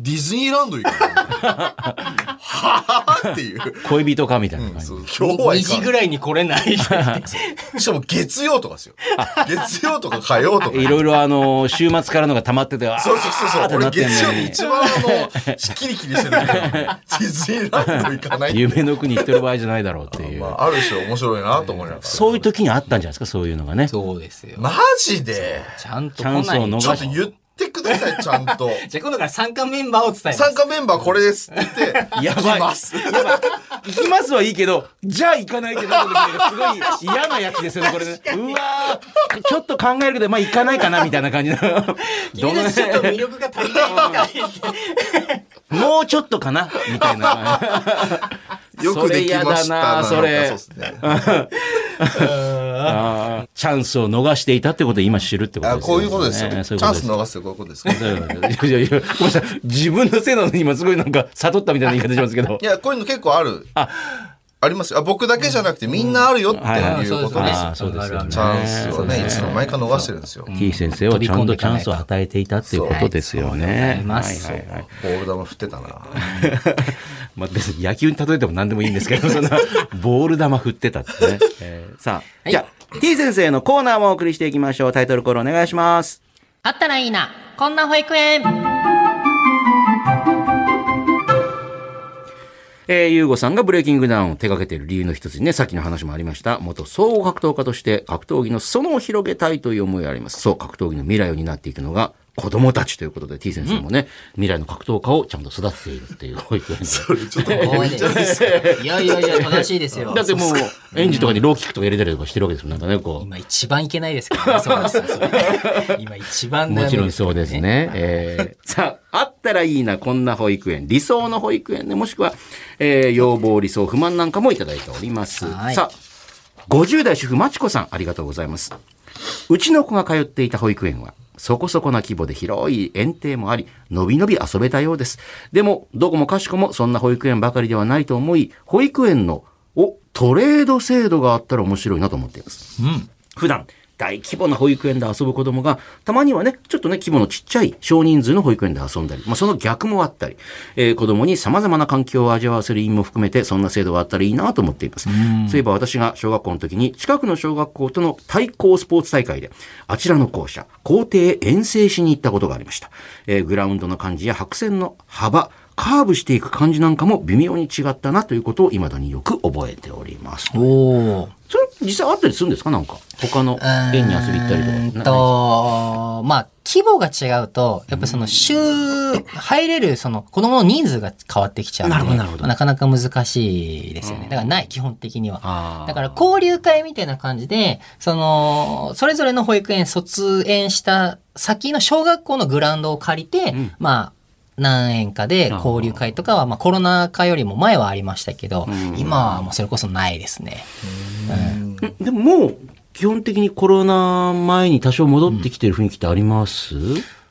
ディズニーランド行くの。はぁっていう。
恋人かみたいな感じ。
そう今日は
2
行か
時
な
ぐらいに来れない。
い。しかも月曜とかですよ。月曜とか火曜とか。
いろいろあの、週末からのが溜まってて、あー
そうそうそうそう
っ。てな
俺
ってん
月曜
の
日
に。
一番あ の、キリキリしてるんだけど、ディズニーランド行かない。
夢の国行ってる場合じゃないだろうっていう。
まあ、ある種面白いなと思いながら。
そういう時にあったんじゃないですか、そういうのがね。
そうですよ。
マジで
ちゃんと
チャ
来
ンスを
な
逃
い。
ちょっ
し
と言ってく ださい、ちゃんと。
じゃあ今度から参加メンバーを伝えま
参
す。
加メンバーこれですって言って、
やばい
行きます。
行きますはいいけど、じゃあ行かないけど、すごい嫌なやつですよね、これね。うわーちょっと考えるけど、まあ行かないかな、みたいな感じの。 ど
君
の
たちちょっと魅力が足りないみたいで。
もうちょっとかな、みたいな。
よくできましたな。
それ嫌だ
な
なん
かそうですね。
あーチャンスを逃していたってことを今知るってこと
あ
です
こ
よね。
ういうことですよ。チ
ねそういう
ャ
こ
ン
とです
ス逃すよ、こういうことです。い
そういうことですいやいやいや、ごめんなさい。自分のせいなのに今すごいなんか悟ったみたいな言 い方しますけど。
や、こういうの結構ある。ありますよ。あ僕だけじゃなくてみんなあるよって
はいはい
いうこと
ね
です
あー。そうですよね。
チャンスを
そう
ね、
で
いつ
すね
の間にか逃してるんですよ。ボ
T 先生はちゃんとチャンスを与えていたっていうことですよね。
はいそう
はいはいはい。
ール球振ってたな。
まあ、別に野球に例えても何でもいいんです けど、そんな、ボール球振ってたってね。 えーさあ、じゃあ、T 先生のコーナーもお送りしていきましょう。タイトルコールお願いします。
あったらいいな。こんな保育園。
えー、ゆうごさんがブレイキングダウンを手掛けている理由の一つにね、さっきの話もありました。元総合格闘家として格闘技の園を広げたいという思いがあります。そう、格闘技の未来を担っていくのが子供たちということで、T 先生もね、未来の格闘家をちゃんと育てているっていう保育園で。
ちょっともう
そうですいやいやいや、正しいですよ
だ。ってもう、園児とかにローキックとか入れたりとかしてるわけですもん。なんかね、こう。
今一番いけないですからね、そうなんですよそれ今一番悩み
もちろん
から
そうです。ね。えー、さあ、あったらいいな、こんな保育園。理想の保育園ね、もしくは、えー、要望、理想、不満なんかもいただいております。
はい
さあ、50代主婦、まちこさん、ありがとうございます。うちの子が通っていた保育園は、そこそこな規模で広い園庭もあり、のびのび遊べたようです。でも、どこもかしこもそんな保育園ばかりではないと思い、保育園の、お、トレード制度があったら面白いなと思っています。普段大規模な保育園で遊ぶ子供が、たまにはね、ちょっとね、規模のちっちゃい少人数の保育園で遊んだり、まあ、その逆もあったり、えー子供に様々な環境を味わわせる意味も含めて、そんな制度があったらいいなと思っています。そういえば私が小学校の時に、近くの小学校との対抗スポーツ大会で、あちらの校舎、校庭へ遠征しに行ったことがありました。えーグラウンドの感じや白線の幅、カーブしていく感じなんかも微妙に違ったなということを未だによく覚えております。
おー。
それ実際あったりするんですかなんか他の園に遊び行ったりとかな
うーんと、まあ、規模が違うと、やっぱその週、入れるその子供の人数が変わってきちゃうの
な
で、
るほどなるほど
まあなかなか難しいですよね。だからない、基本的には。
あー
だから交流会みたいな感じで、その、それぞれの保育園卒園した先の小学校のグラウンドを借りて、
ん
まあ、何円かで交流会とかは、まあコロナ禍よりも前はありましたけど、
ん
今はもうそれこそないですね。
でももう基本的にコロナ前に多少戻ってきてる雰囲気ってあります、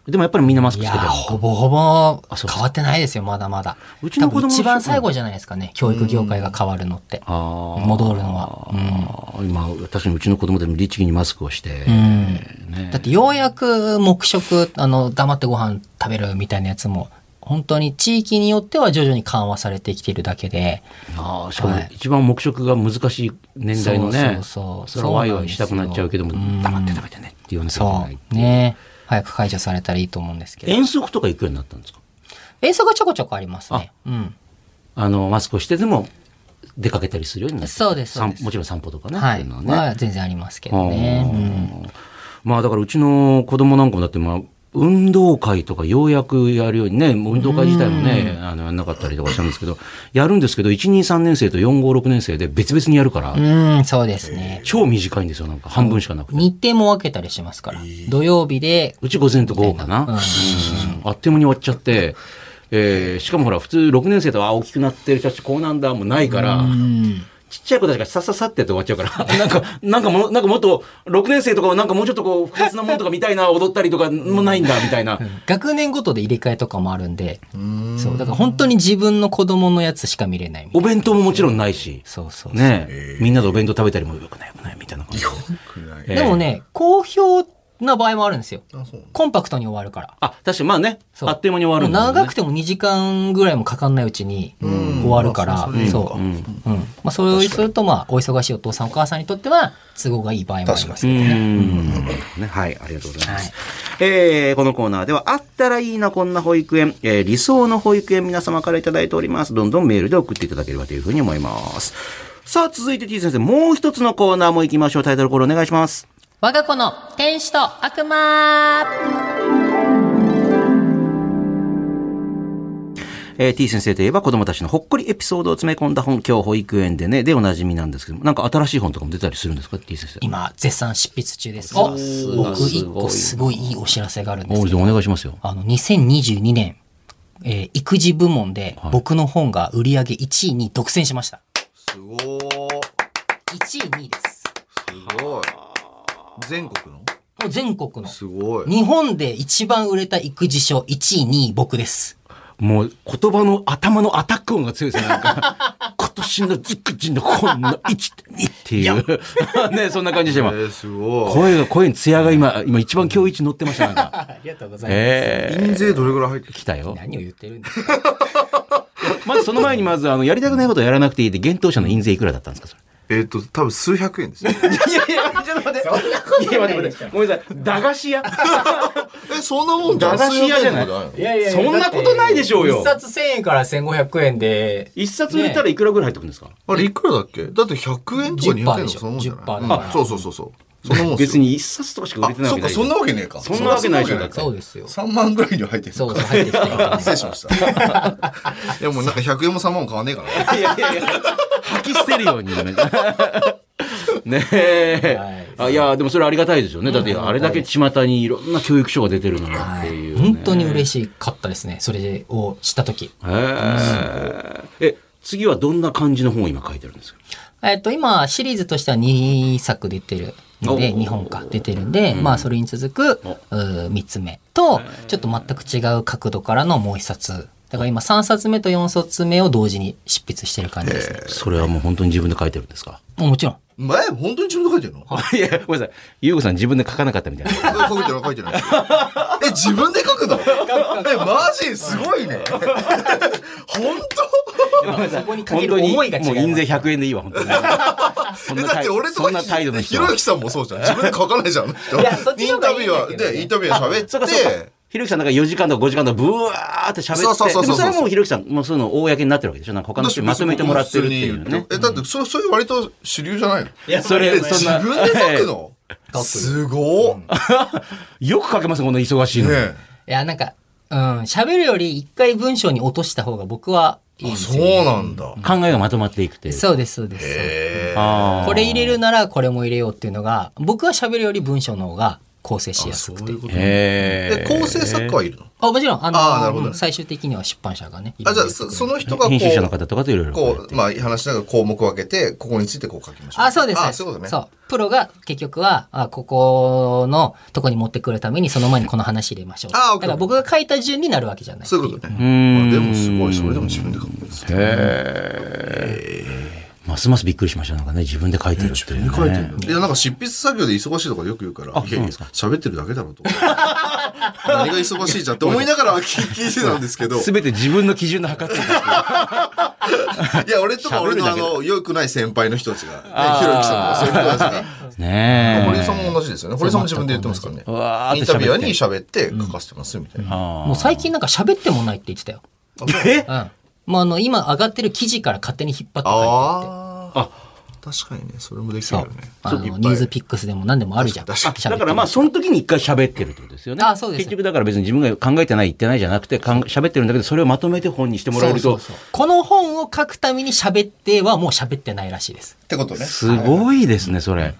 でもやっぱりみんなマス
い
クつ
や
けて
ー
る
ほぼほぼ
あそう
変わってないですよ、まだまだ。
うちの子供の
多分一番最後じゃないですかね、教育業界が変わるのって。
あー
戻るのは
あー今確かにうちの子供でも律儀にマスクをして、ね
だってようやく黙食、あの、黙ってご飯食べるみたいなやつも、本当に地域によっては徐々に緩和されてきているだけで。
あーしか
は
も
い
一番黙食が難しい年代のね
そうそうそう
れはワイワイしたくなっちゃうけども
そうなんですよ
黙って食べてねっていうようなこと
そ。
ないっていう
ね早く解除されたらいいと思うんですけど。
遠足とか行くようになったんですか
演奏がちょこちょこありますね。うん。
あのマスクをしてでも出かけたりするようになって
そうですそう
散
です
もちろん散歩とかね、
は
って
い。
うのはね、
まあ、全然ありますけどね。うん
うんまあだからうちの子供なんかもだってまあ運動会とかようやくやるようにね、もう運動会自体もね、あの、やんなかったりとかしたんですけど、やるんですけど、1、2、3年生と4、5、6年生で別々にやるから、
うん、そうですね。
超短いんですよ、なんか半分しかなくて。
日程も分けたりしますから。土曜日で、
うち午前と午後かな。
うん
うんあっという間に終わっちゃって、えーしかもほら、普通6年生と、あ、大きくなってる人たちこうなんだ、もうないから、
うん。
ちっちゃい子たちがさっさっさってやって終わっちゃうから、 なんか、なんかもう、なんかもっと、6年生とかはなんかもうちょっとこう、複雑なものとか見たいな、 踊ったりとかもないんだ、みたいな。
学年ごとで入れ替えとかもあるんで、そう、だから本当に自分の子供のやつしか見れないみた
お
い
弁当ももちろんないし
な。、そうそうそう。
ねえ、みんなでお弁当食べたりもよくないよくない、みたいな感じ。ええ
でも、ね、好評な場合もあるんですよ。
あそう
コンパクトに終わるから。
あ、確かにまあね、
そう
あっという間に終わるんだもんね
長くても2時間ぐらいもかかんないうちに終わるから、
うん
そう。うん。まあ、それをすると、まあ、お忙しいお父さんお母さんにとっては、都合がいい場合もありますけどね。
ね、はい、ありがとうございます。えーこのコーナーでは、あったらいいな、こんな保育園、えー理想の保育園皆様からいただいております。どんどんメールで送っていただければというふうに思います。さあ、続いて T 先生、もう一つのコーナーも行きましょう。タイトルコールお願いします。
我が子の天使と悪魔
えー、T 先生といえば子供たちのほっこりエピソードを詰め込んだ本、今日保育園でね、でおなじみなんですけども、なんか新しい本とかも出たりするんですか ?T 先生。
今、絶賛執筆中です。
あ
僕
すごい
一個すごいいいお知らせがあるんです
お
け
じゃ
ど
あお願いしますよ。
あの、2022年、えー育児部門で僕の本が売り上げ1位に独占しました。
すごー
1位、2位です。
すごい。全国の
もう全国の。
すごい。
日本で一番売れた育児書1位、2位僕です。
もう言葉の頭のアタック音が強いですね。なんか 今年の育児の本の1、2っていう。 ね、そんな感じして
え
ます。
ー、すごい。
声が、声に艶が今、今一番今日一乗ってました、なんか。
ありがとうございます。
ええ
印税どれぐらい入ってき
来たよ。
何を言ってるんですか
まずその前にまず、あの、やりたくないことはやらなくていいで、厳冬者の印税いくらだったんですか、それ。
えーっと、多分数百円ですね。
いやいや、ちょっと待って。そんなこと ないや、待って待って。ごめんなさい。駄菓子 屋。
え、そんなもんじゃ
駄
ん
菓子屋じゃない
数百円とか
いやい
やそんなことないでしょうよ
一冊1000円から1500円で、
一冊売れたらいくらぐらい入ってくるんですか、
あれ、いくらだっけだって100円とか200円と
10%
か
でしょ
そんなもんじゃない
10%だから
うんそうそうそうそう。そんなもんっすよ
別。に一冊とかしか売
あ
れてないわ
そっ
けな
か、
い
そんなわけねえか。
そんなわけないでしょだって
そうですよ。
3万ぐらいには入ってる
そうそう、入ってきたらいい
失礼しました。 いやもうなんか100円も3万も買わねえからね。
いやいやいや、 吐き捨てるように ね。ねえ、
はい
あいやでもそれありがたいですよねだってあれだけ巷にいろんな教育書が出てるのに っていう、ね
本当に嬉しかったですね。それを知ったとき。
へええ次はどんな感じの本を今書いてるんですか
えっと、今、シリーズとしては2作出てるので、
お
2本か出てるんで、まあ、それに続く、3つ目と、ちょっと全く違う角度からのもう1冊。だから今、3冊目と4冊目を同時に執筆してる感じですね。
それはもう本当に自分で書いてるんですか
もうもちろん。
前、本当に自分で書いてるの
いやごめんなさい優子さん自分で書かなかったみたいな
書いてない、書いてない。え、自分で書くのえ、マジすごいね。本
そこにか け
本
る
当にも
思
う
いが違います
印税100円でいいわ本当に そ
当
ん
え、
な
だって俺
態
と
そんな態度の
ひ
人
ろ
は
ゆきさんもそうじゃん。自分で書かないじゃん。
いやそっち
イ
の
ン
方が
タ
い
ビ
いん
ュ
だ
ア
け
ー
どね
で、インタビュアー喋
そうかそうか
って、
ひろゆきさんなんか4時間とか5時間とかブワーって喋って
そうそうそうそう
でもそれはもうひろゆきさんもうそういうの公になってるわけでしょなんか他の人にまとめてもらってるっていうね
え、だって、それ、それ割と主流じゃないの
いやそれ
え
そんな
自分で書くの
く
すごっ。ね
よく書けますこんな忙しいの、
え。
いや、なんか、うん、喋るより一回文章に落とした方が僕はいいん
あ、
です
そう
よね。
なんだ。
考えがまとまっていくっていう
そうです、そうです。
え
あー
これ入れるならこれも入れようっていうのが、僕は喋るより文章の方が構成しやすくて。
へ
え。構成作家はいるの
あ、もちろん、あの、
あーなるほどね
うん最終的には出版社がね。
あ、じゃあ、
いろいろ言
そ
ってくれる
その人がこ
編集者の
う、
方とかといろいろ
こう、まあ、話しながら項目を分けて、ここについてこう書きましょう。
あ、そうです。
あ、そういうことね。
そう。プロが結局は、あ、ここのとこに持ってくるために、その前にこの話入れましょう。
あ OK
だから僕が書いた順になるわけじゃない。
そういうことね。
ん
まあでもすごい、それでも自分で書くんですね。
ますますびっくりしましたなんかね自分で書いてるっていう、ね、
書いてるのいや、なんか執筆作業で忙しいとかよく言うから、いやいや、喋ってるだけだろうと。 何が忙しいじゃんって思いながら聞聞いてたんです けど、
全て自分の基準の測 ってるんですけど
いや、俺とか俺のあの、良くない先輩の人たちが、ねひろゆきさんとかそういう人たちが、
ねえ
堀江さんも同じですよね。堀江さんも自分で言ってますからね。
うわー
イ
っ
ン
て喋
タ
って
ビュアーに喋って書かせてますみたいな。
あー
もう最近なんか喋ってもないって言ってたよ。
え
うん。もうあの、今上がってる記事から勝手に引っ張って書いてって。
ああ。確かにね、それもできる
そ
よ
う
ね。。
あの、ニュースピックスでも何でもあるじゃん。
確かに
喋って
だからまあ、その時に一回喋ってるってことですよね。
あそうです
結局だから別に自分が考えてない、言ってないじゃなくて、かん喋ってるんだけど、それをまとめて本にしてもらえると、
この本を書くために喋ってはもう喋ってないらしいです。
ってことね。
すごいですね、それ。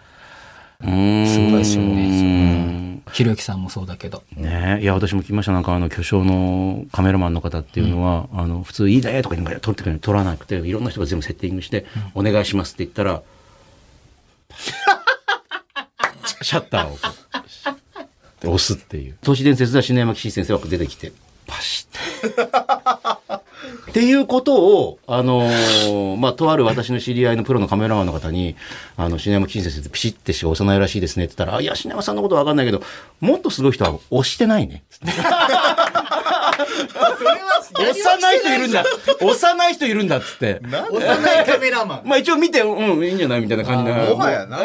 うーん。
すごいですよね
ね。
ひろゆきさんもそうだけ ど。
ねいや、私も聞きました。なんか、あの、巨匠のカメラマンの方っていうのは、あの、普通、いいねとか言いながら撮ってくれるのに撮らなくて、いろんな人が全部セッティングして、お願いしますって言った ら、シャッターをこう押すっていう。都市伝説だ篠山紀信先生が出てきて、パシッ。っていうことを、あの ーまあ、とある私の知り合いのプロのカメラマンの方に、あの、篠山紀信先生ってピシッてしか押さないらしいですねって言ったら、あ、いや、篠山さんのことはわかんないけど、もっとすごい人は押してないね。押さない人いるんだ。 押さない人いるんだっつって。
幼いカメラマン。
まあ、一応見て、うん、いいんじゃないみたいな感じな
もはやな。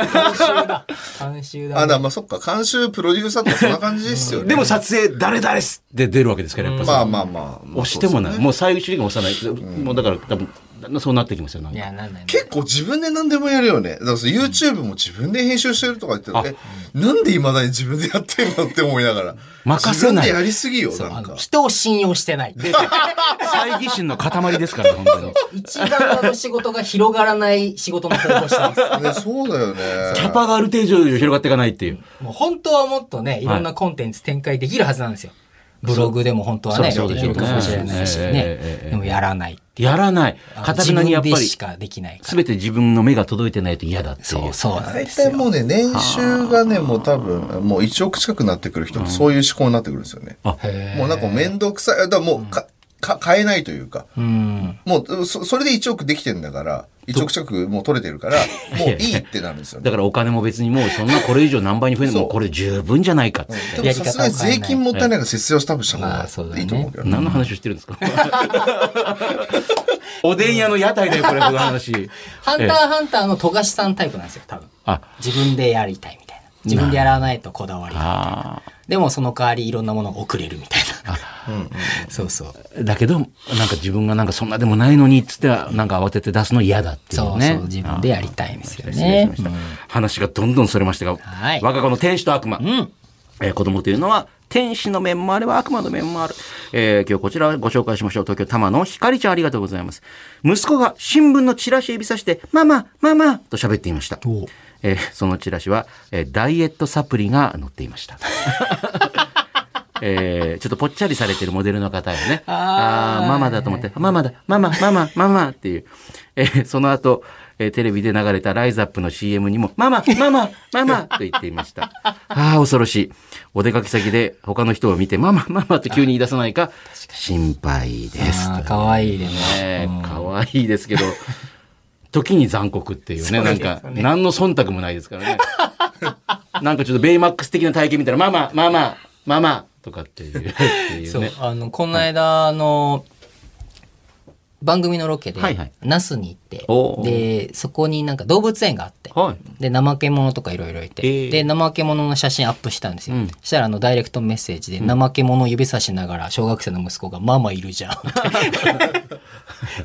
監修
あ、だまあそっか、監修、プロデューサーとかそんな感じですよね。
でも撮影、誰々ですって出るわけですから、やっぱ
まあまあまあ。
押してもない。
い。
もう最終的に押さない。もうだから多分、だんだんそうなってきますよなん
い
か
や、なんない。
結構自分で何でもやるよね。だからその YouTube も自分で編集してるとか言ってる、え、なんで未だに自分でやってんのって思いながら。
任せない
自分でやりすぎよ、
そう
な
あ
んか
の。人を信用し てない。
猜疑心の塊ですからね本当に
一番あの仕事が広がらない仕事の方法してます。
ね、そうだよね。
キャパがある程度広がっていかないっていう
もう本当はもっとね、いろんなコンテンツ展開できるはずなんですよ。ブログでも本当はね、
そうそう
できるかもしれないし
そうでしょうねええ
ね。でもやらない。
やらない
あの
片手にやっぱ
自分で
り
しかできないから。
全て自分の目が届いてないと嫌だってい
そうう、そうなん
大
ですよ
体。もうね、年収がね、もう多分、もう1億近くなってくる人ってそういう思考になってくるんですよね。
あ
もうなんかめんどくさい。だからもうか、か、買えないというか。
うん。
もう、そそれで1億できてんだから、1億近くもう取れてるから、もう いいってなるんですよね
だ。からお金も別にもうそんなこれ以上何倍に増えるのもうこれ十分じゃないかっつって
でもさすがに税金もったいないから節約多分した方
まあそう
が
だね
いいと思うけどね。
何の話をしてるんです かおでん屋の屋台だよこれこの話
ハンターハンターの富樫さんタイプなんですよ、多分。
あ
自分でやりたいみたいな。自分でやらないとこだわりが。
あ
でもその代わりいろんなものが送れるみたいな。そうそう。
ーだけどなんか自分がなんかそんなでもないのにっつってなんか慌てて出すの嫌だっていう
そう
ね
そう、自分でやりたいんですよ
失礼し
ね
ま。した。話がどんどんそれましたが、
はい
我が子の天使と悪魔、
ん
えー子供というのは天使の面もあれば悪魔の面もある。えー今日こちらをご紹介しましょう。東京多摩のひかりちゃんありがとうございます。息子が新聞のチラシ指さして、ママ、ママと喋っていました。えーそのチラシは、えーダイエットサプリが載っていました。えーちょっとぽっちゃりされてるモデルの方よね。ああー、ママだと思って、ママだ、ママ、ママ、ママっていう。えーその後、えーテレビで流れたライズアップの CM にも、ママ、ママ、ママと言っていました。ああ、恐ろしい。お出かけ先で他の人を見て、ママ、ママと急に言い出さないか、心配です。
あー可愛いでも。
ねえ、可愛いです けど、時に残酷っていうね、なんか、何の忖度もないですからね。 なんかちょっとベイマックス的な体験見たら、ママ、ママ、ママとかっていう、っていう
そう
ね。、
あの、この間、あの、番組のロケで、
はいはい
那須に行って
おうおう、
で、そこになんか動物園があって、
はい。
で、怠け者とかいろいろいて、
ええ
で、怠け者の写真アップしたんですよ。
うん
したら、あの、ダイレクトメッセージで、怠け者を指さしながら、小学生の息子が、ママいるじゃんって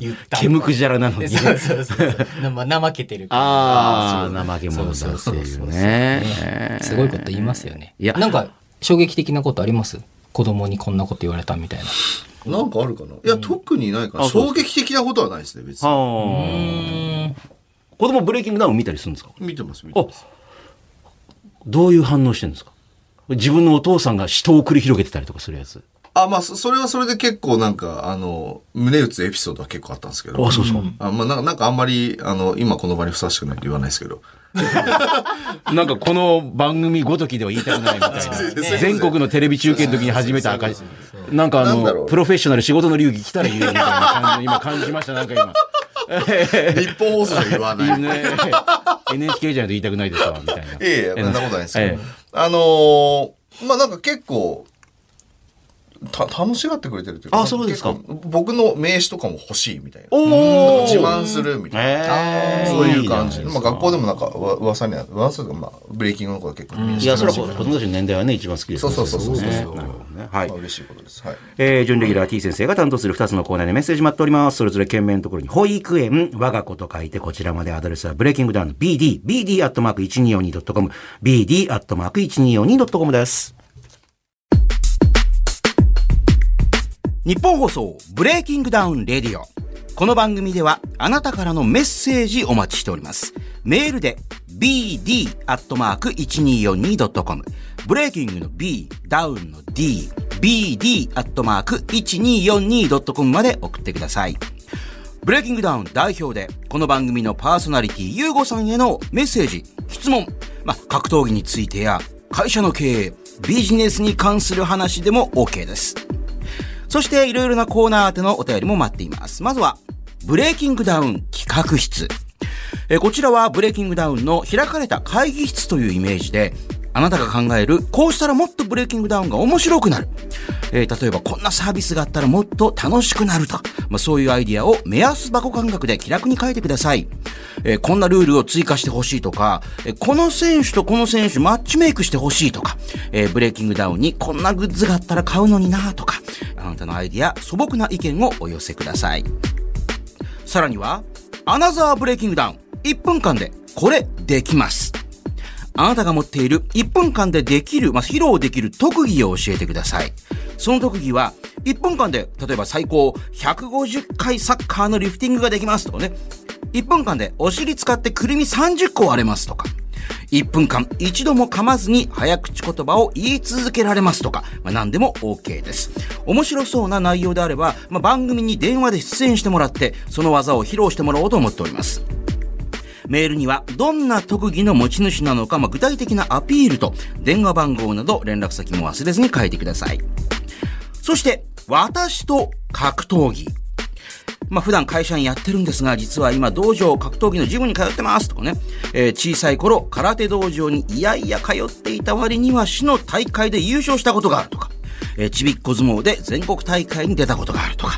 言った。
毛むくじゃらなの
で
に。
そうそうそう。なま怠けてるから
ああ、
そう
怠け者だって
そうそう
い
そうう
ね。えー
すごいこと言いますよね。
いや
なんか、衝撃的なことあります子供にこんなこと言われたみたいな。
なんかあるかないや、特にないかな。
あそう
衝撃的なことはないですね、別に。
はあ。
うん。
子供ブレイキングダウン見たりするんですか
見てます、見て
あ
ます。
どういう反応してるんですか自分のお父さんが死闘を繰り広げてたりとかするやつ。
あ、まあ、そそれはそれで結構なんか、あの、胸打つエピソードは結構あったんですけど。
あ、そうそう。
あまあ、なんかなんかあんまり、あの、今この場にふさわしくないと言わないです けど。
なんかこの番組ごときでは言いたくないみたい な。全国のテレビ中継の時に始めた赤字。なんかあ
なんだろ
の、
う
プロフェッショナル仕事の流儀来たら言うみたいな感じ、今感じました、なんか今。
日本放送じゃ言わ ない。い
ね NHK じゃないと言いたくないですわ、みたいな。
えいえ、そんなことないですけ
ええ
ど。あのーまあ、なんか結構、た、楽しがってくれてるという
あそうですか。
結構僕の名刺とかも欲しいみたいな。
お
自慢するみたいな。
えー
そういう感じ。
いい
まあ学校でもなんかわ噂には噂というかまあブレイキングの子が結構
いや、それは子供たちの年代はね、一番好きですね
そうそうそうそう
ねなるほどね。はい
まあ。嬉しいことです。はい。
えー、準レギュラー T 先生が担当する2つのコーナーでメッセージ待っております。それぞれ件名のところに、保育園、我が子と書いて、こちらまでアドレスはブレイキングダウンの BD、bd.1242.com、bd.1242.com です。日本放送ブレイキングダウンレディオこの番組ではあなたからのメッセージお待ちしておりますメールで bd.1242.com ブレイキングの B ダウンの D bd.1242.com まで送ってくださいブレイキングダウン代表で、この番組のパーソナリティ、ゆうごさんへのメッセージ、質問、まあ、格闘技についてや、会社の経営、ビジネスに関する話でも OK です。そして、いろいろなコーナー宛てのお便りも待っています。まずは、ブレイキングダウン企画室。えーこちらはブレイキングダウンの開かれた会議室というイメージで、あなたが考える、こうしたらもっとブレイキングダウンが面白くなる。えー例えばこんなサービスがあったらもっと楽しくなると。まあ、そういうアイディアを目安箱感覚で気楽に書いてください。えーこんなルールを追加してほしいとか、えーこの選手とこの選手マッチメイクしてほしいとか、えーブレイキングダウンにこんなグッズがあったら買うのになとか、あなたのアイディア、素朴な意見をお寄せください。
さらには、アナザーブレイキングダウン。1分間で、これ、できます。あなたが持っている1分間でできる、まあ、披露できる特技を教えてください。その特技は、1分間で、例えば最高150回サッカーのリフティングができますとかね。1分間でお尻使ってくるみ30個割れますとか。1分間一度も噛まずに早口言葉を言い続けられますとか、まあ、何でも OK です。面白そうな内容であれば、まあ、番組に電話で出演してもらって、その技を披露してもらおうと思っております。メールには、どんな特技の持ち主なのか、まあ具体的なアピールと、電話番号など連絡先も忘れずに書いてください。そして、私と格闘技。まあ、普段会社にやってるんですが、実は今、道場格闘技のジムに通ってますとかね、えー小さい頃、空手道場にいやいや通っていた割には、市の大会で優勝したことがあるとか、えーちびっこ相撲で全国大会に出たことがあるとか、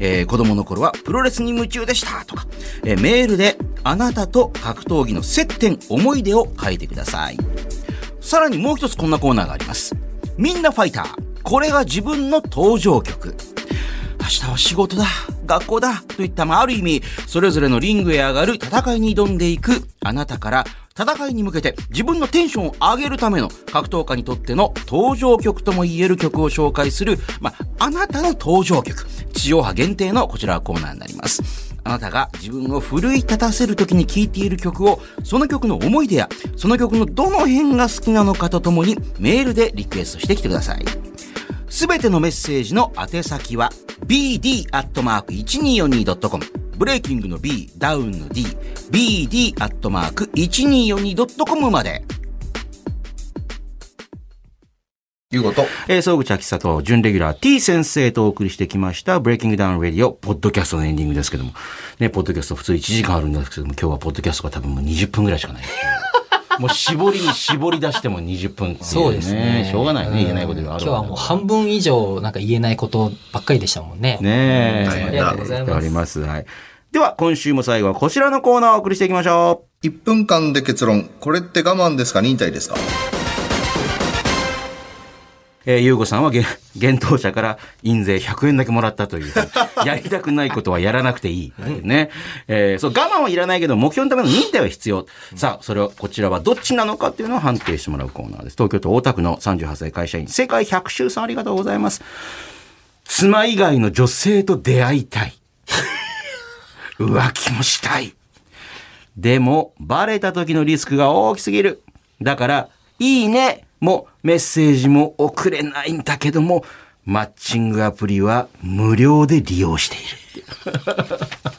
えー子供の頃はプロレスに夢中でしたとか、えーメールで、あなたと格闘技の接点、思い出を書いてください。さらにもう一つこんなコーナーがあります。みんなファイター。これが自分の登場曲。明日は仕事だ、学校だ、といった、まあ、ある意味、それぞれのリングへ上がる戦いに挑んでいく、あなたから、戦いに向けて自分のテンションを上げるための格闘家にとっての登場曲とも言える曲を紹介する、まあ、あなたの登場曲、地上波限定のこちらはコーナーになります。あなたが自分を奮い立たせる時に聴いている曲を、その曲の思い出や、その曲のどの辺が好きなのかとともに、メールでリクエストしてきてください。すべてのメッセージの宛先は bd.1242.com ブレイキングの B、ダウンの D、bd.1242.com まで。
いうこと。
えー、総口秋里、準レギュラー T 先生とお送りしてきました、ブレイキングダウンレディオ、ポッドキャストのエンディングですけども、ね、ポッドキャスト普通1時間あるんですけども、今日はポッドキャストが多分もう20分ぐらいし かない。もう絞りに絞り出しても20分っていね
そうですね。
しょうがないね、
ん
言えないことがあ
今
る
日はもう半分以上、なんか言えないことばっかりでしたもんね。
ねえ。
大変だ
ありがとうございます
やっております。はい。では、今週も最後はこちらのコーナーをお送りしていきましょ
1分間で結論。これって我慢ですか忍耐ですか
う。えー、ゆうごさんは、 げ厳冬者から印税100円だけもらったという。やりたくないことはやらなくていい。ね。えーそう、我慢はいらないけど、目標のための忍耐は必要。さあ、それを、こちらはどっちなのかっていうのを判定してもらうコーナーです。東京都大田区の38歳会社員、世界百秋さんありがとうございます。妻以外の女性と出会いたい。浮気もしたい。でも、バレた時のリスクが大きすぎる。だから、いいねもメッセージも送れないんだけども、マッチングアプリは無料で利用している。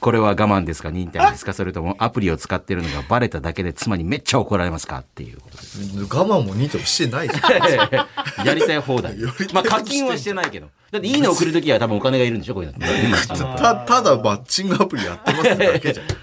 これは我慢ですか忍耐ですかそれともアプリを使ってるのがバレただけで妻にめっちゃ怒られますかっていうことです。
我慢も忍耐もしてないじゃん。
やりたい放題。まあ課金はしてないけど。だっていいね送るときは多分お金がいるんでしょこういうのって。
た、ただマッチングアプリやってますってだけじゃん。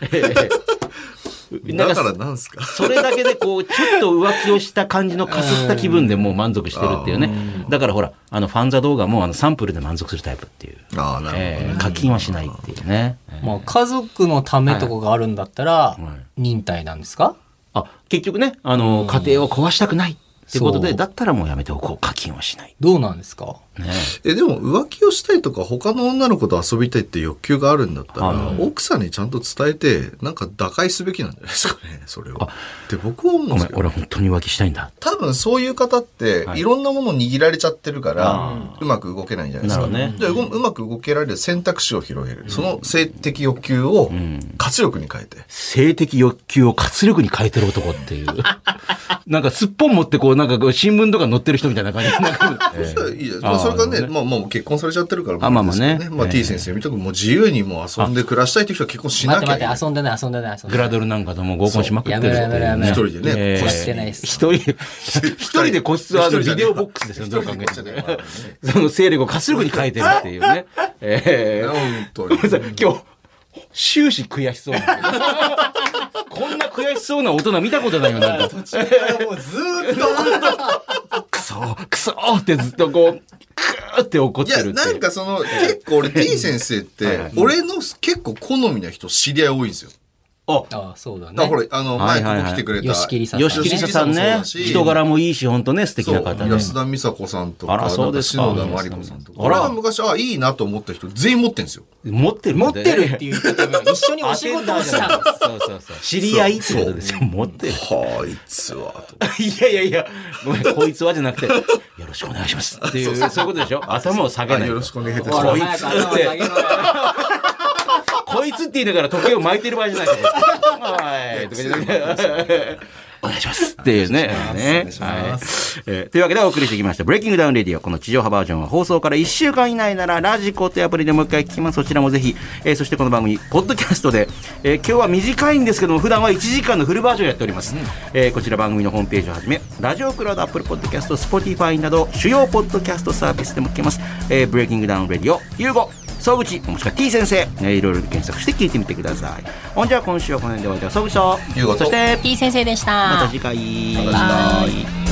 だからなんすか
それだけでこう、ちょっと浮気をした感じのかすった気分でもう満足してるっていうね。だからほら、あの、ファンザ動画もあのサンプルで満足するタイプっていう。
ああ、なるほど。
えー課金はしないっていうね。
まあ、家族のためとかがあるんだったら
いは、
忍耐なんですか
あ、結局ね、あの、家庭を壊したくないってことで、
そう
だったらもうやめておこう。課金はしない。
どうなんですか
ね。
えでも浮気をしたいとか他の女の子と遊びたいって欲求があるんだったら、
は
奥さんにちゃんと伝えてなんか打開すべきなんじゃないです かねそれを。って僕は思うん
ごめ
です
ん
け、ど
俺本当に浮気したいんだ。
多分そういう方って、
はい
い、ろんなものを握られちゃってるからうまく動けないんじゃないですか。
なるほ
でううまく動けられる選択肢を広げる、その性的欲求を活力に変えて。
性的欲求を活力に変えてる男って いう。なんかすっぽん持ってこう、なんかこう新聞とか載ってる人みたいな感じ。なんか え
そし
ー
たらいいじゃないまあ、それから
あ
ね、まあ、もう結婚されちゃってるから、
あまあまあね
れですけどまあ、
ええ
T 先生みたく、もう自由にもう遊んで暮らしたいという人は結婚しな
待っ
き
て
ゃいけ
待っ
ない。
て、遊んでない、遊んでない、遊んで
グ
ない。
ラドルなんかとも合コンしまくってるっていう
そうやめろやめろやめろ
一人でね
えー
個
室やってないです
一人、一人で個室はあの
一人じゃ
ビ
ね
デ
え
オボックスですよ、どう考え
一人
て
で
も
ねまあ ね
その勢力を活力に変えてるっていう ね。えー
本当に。
さ今日、終始悔しそうなんですよ こんな悔しそうな大人見たことないよ、なんか。
もうずーっと。
クソ、クソってずっとこう、クーって怒っ
い
てるって
や、
う。
なんかその、結構俺、T 先生って、俺の結構好みな人、知り合い多いんですよ。あ、
ああ、そうだね。
だからこれ、あの、
はい
前こ
はいはい
こ来てくれた。
吉切さん
吉桐さんね。人柄もいいし、本当ね、素敵な方
そう
で。
安田美沙子さんとか、
あらそうですか
なんか篠田麻里子さんとか。
あら
俺は昔、あ、いいなと思った人、全員持ってんですよ。
持ってる
持ってる っていう方が一緒にお仕事をしたんです。
そうそうそう。知り合いってことですよ。持ってる。
こいつは、と。
いやいやいや、ごめん、こいつはじゃなくて、よろしくお願いしますっていう、 そういうことでしょ頭を下げない
よろしくお願いいたし
ほ
ます。
ら
こい
早く頭下げろよ
こいつって言いながら時計を巻いてる場合じゃないですよ。 はい。とかじゃなくてお願いします。っていうね。ねはいえーというわけでお送りしてきました。ブレイキングダウンレディオ。この地上波バージョンは放送から1週間以内ならラジコというアプリでもう一回聞きます。そちらもぜひ。えーそしてこの番組、ポッドキャストで、えー今日は短いんですけども、普段は1時間のフルバージョンやっております。えーこちら番組のホームページをはじめ、ラジオクラウド、アップルポッドキャスト、スポティファイなど、主要ポッドキャストサービスでも聞けます。えーブレイキングダウンレディオ、ゆうご。総口もしくは T 先生、ね、いろいろ検索して聞いてみてくださいほんじゃ今週はこの辺でお会いいたしましょう総口と
ゆうごと
そして
T 先生でした。
また次回
また次回
バイ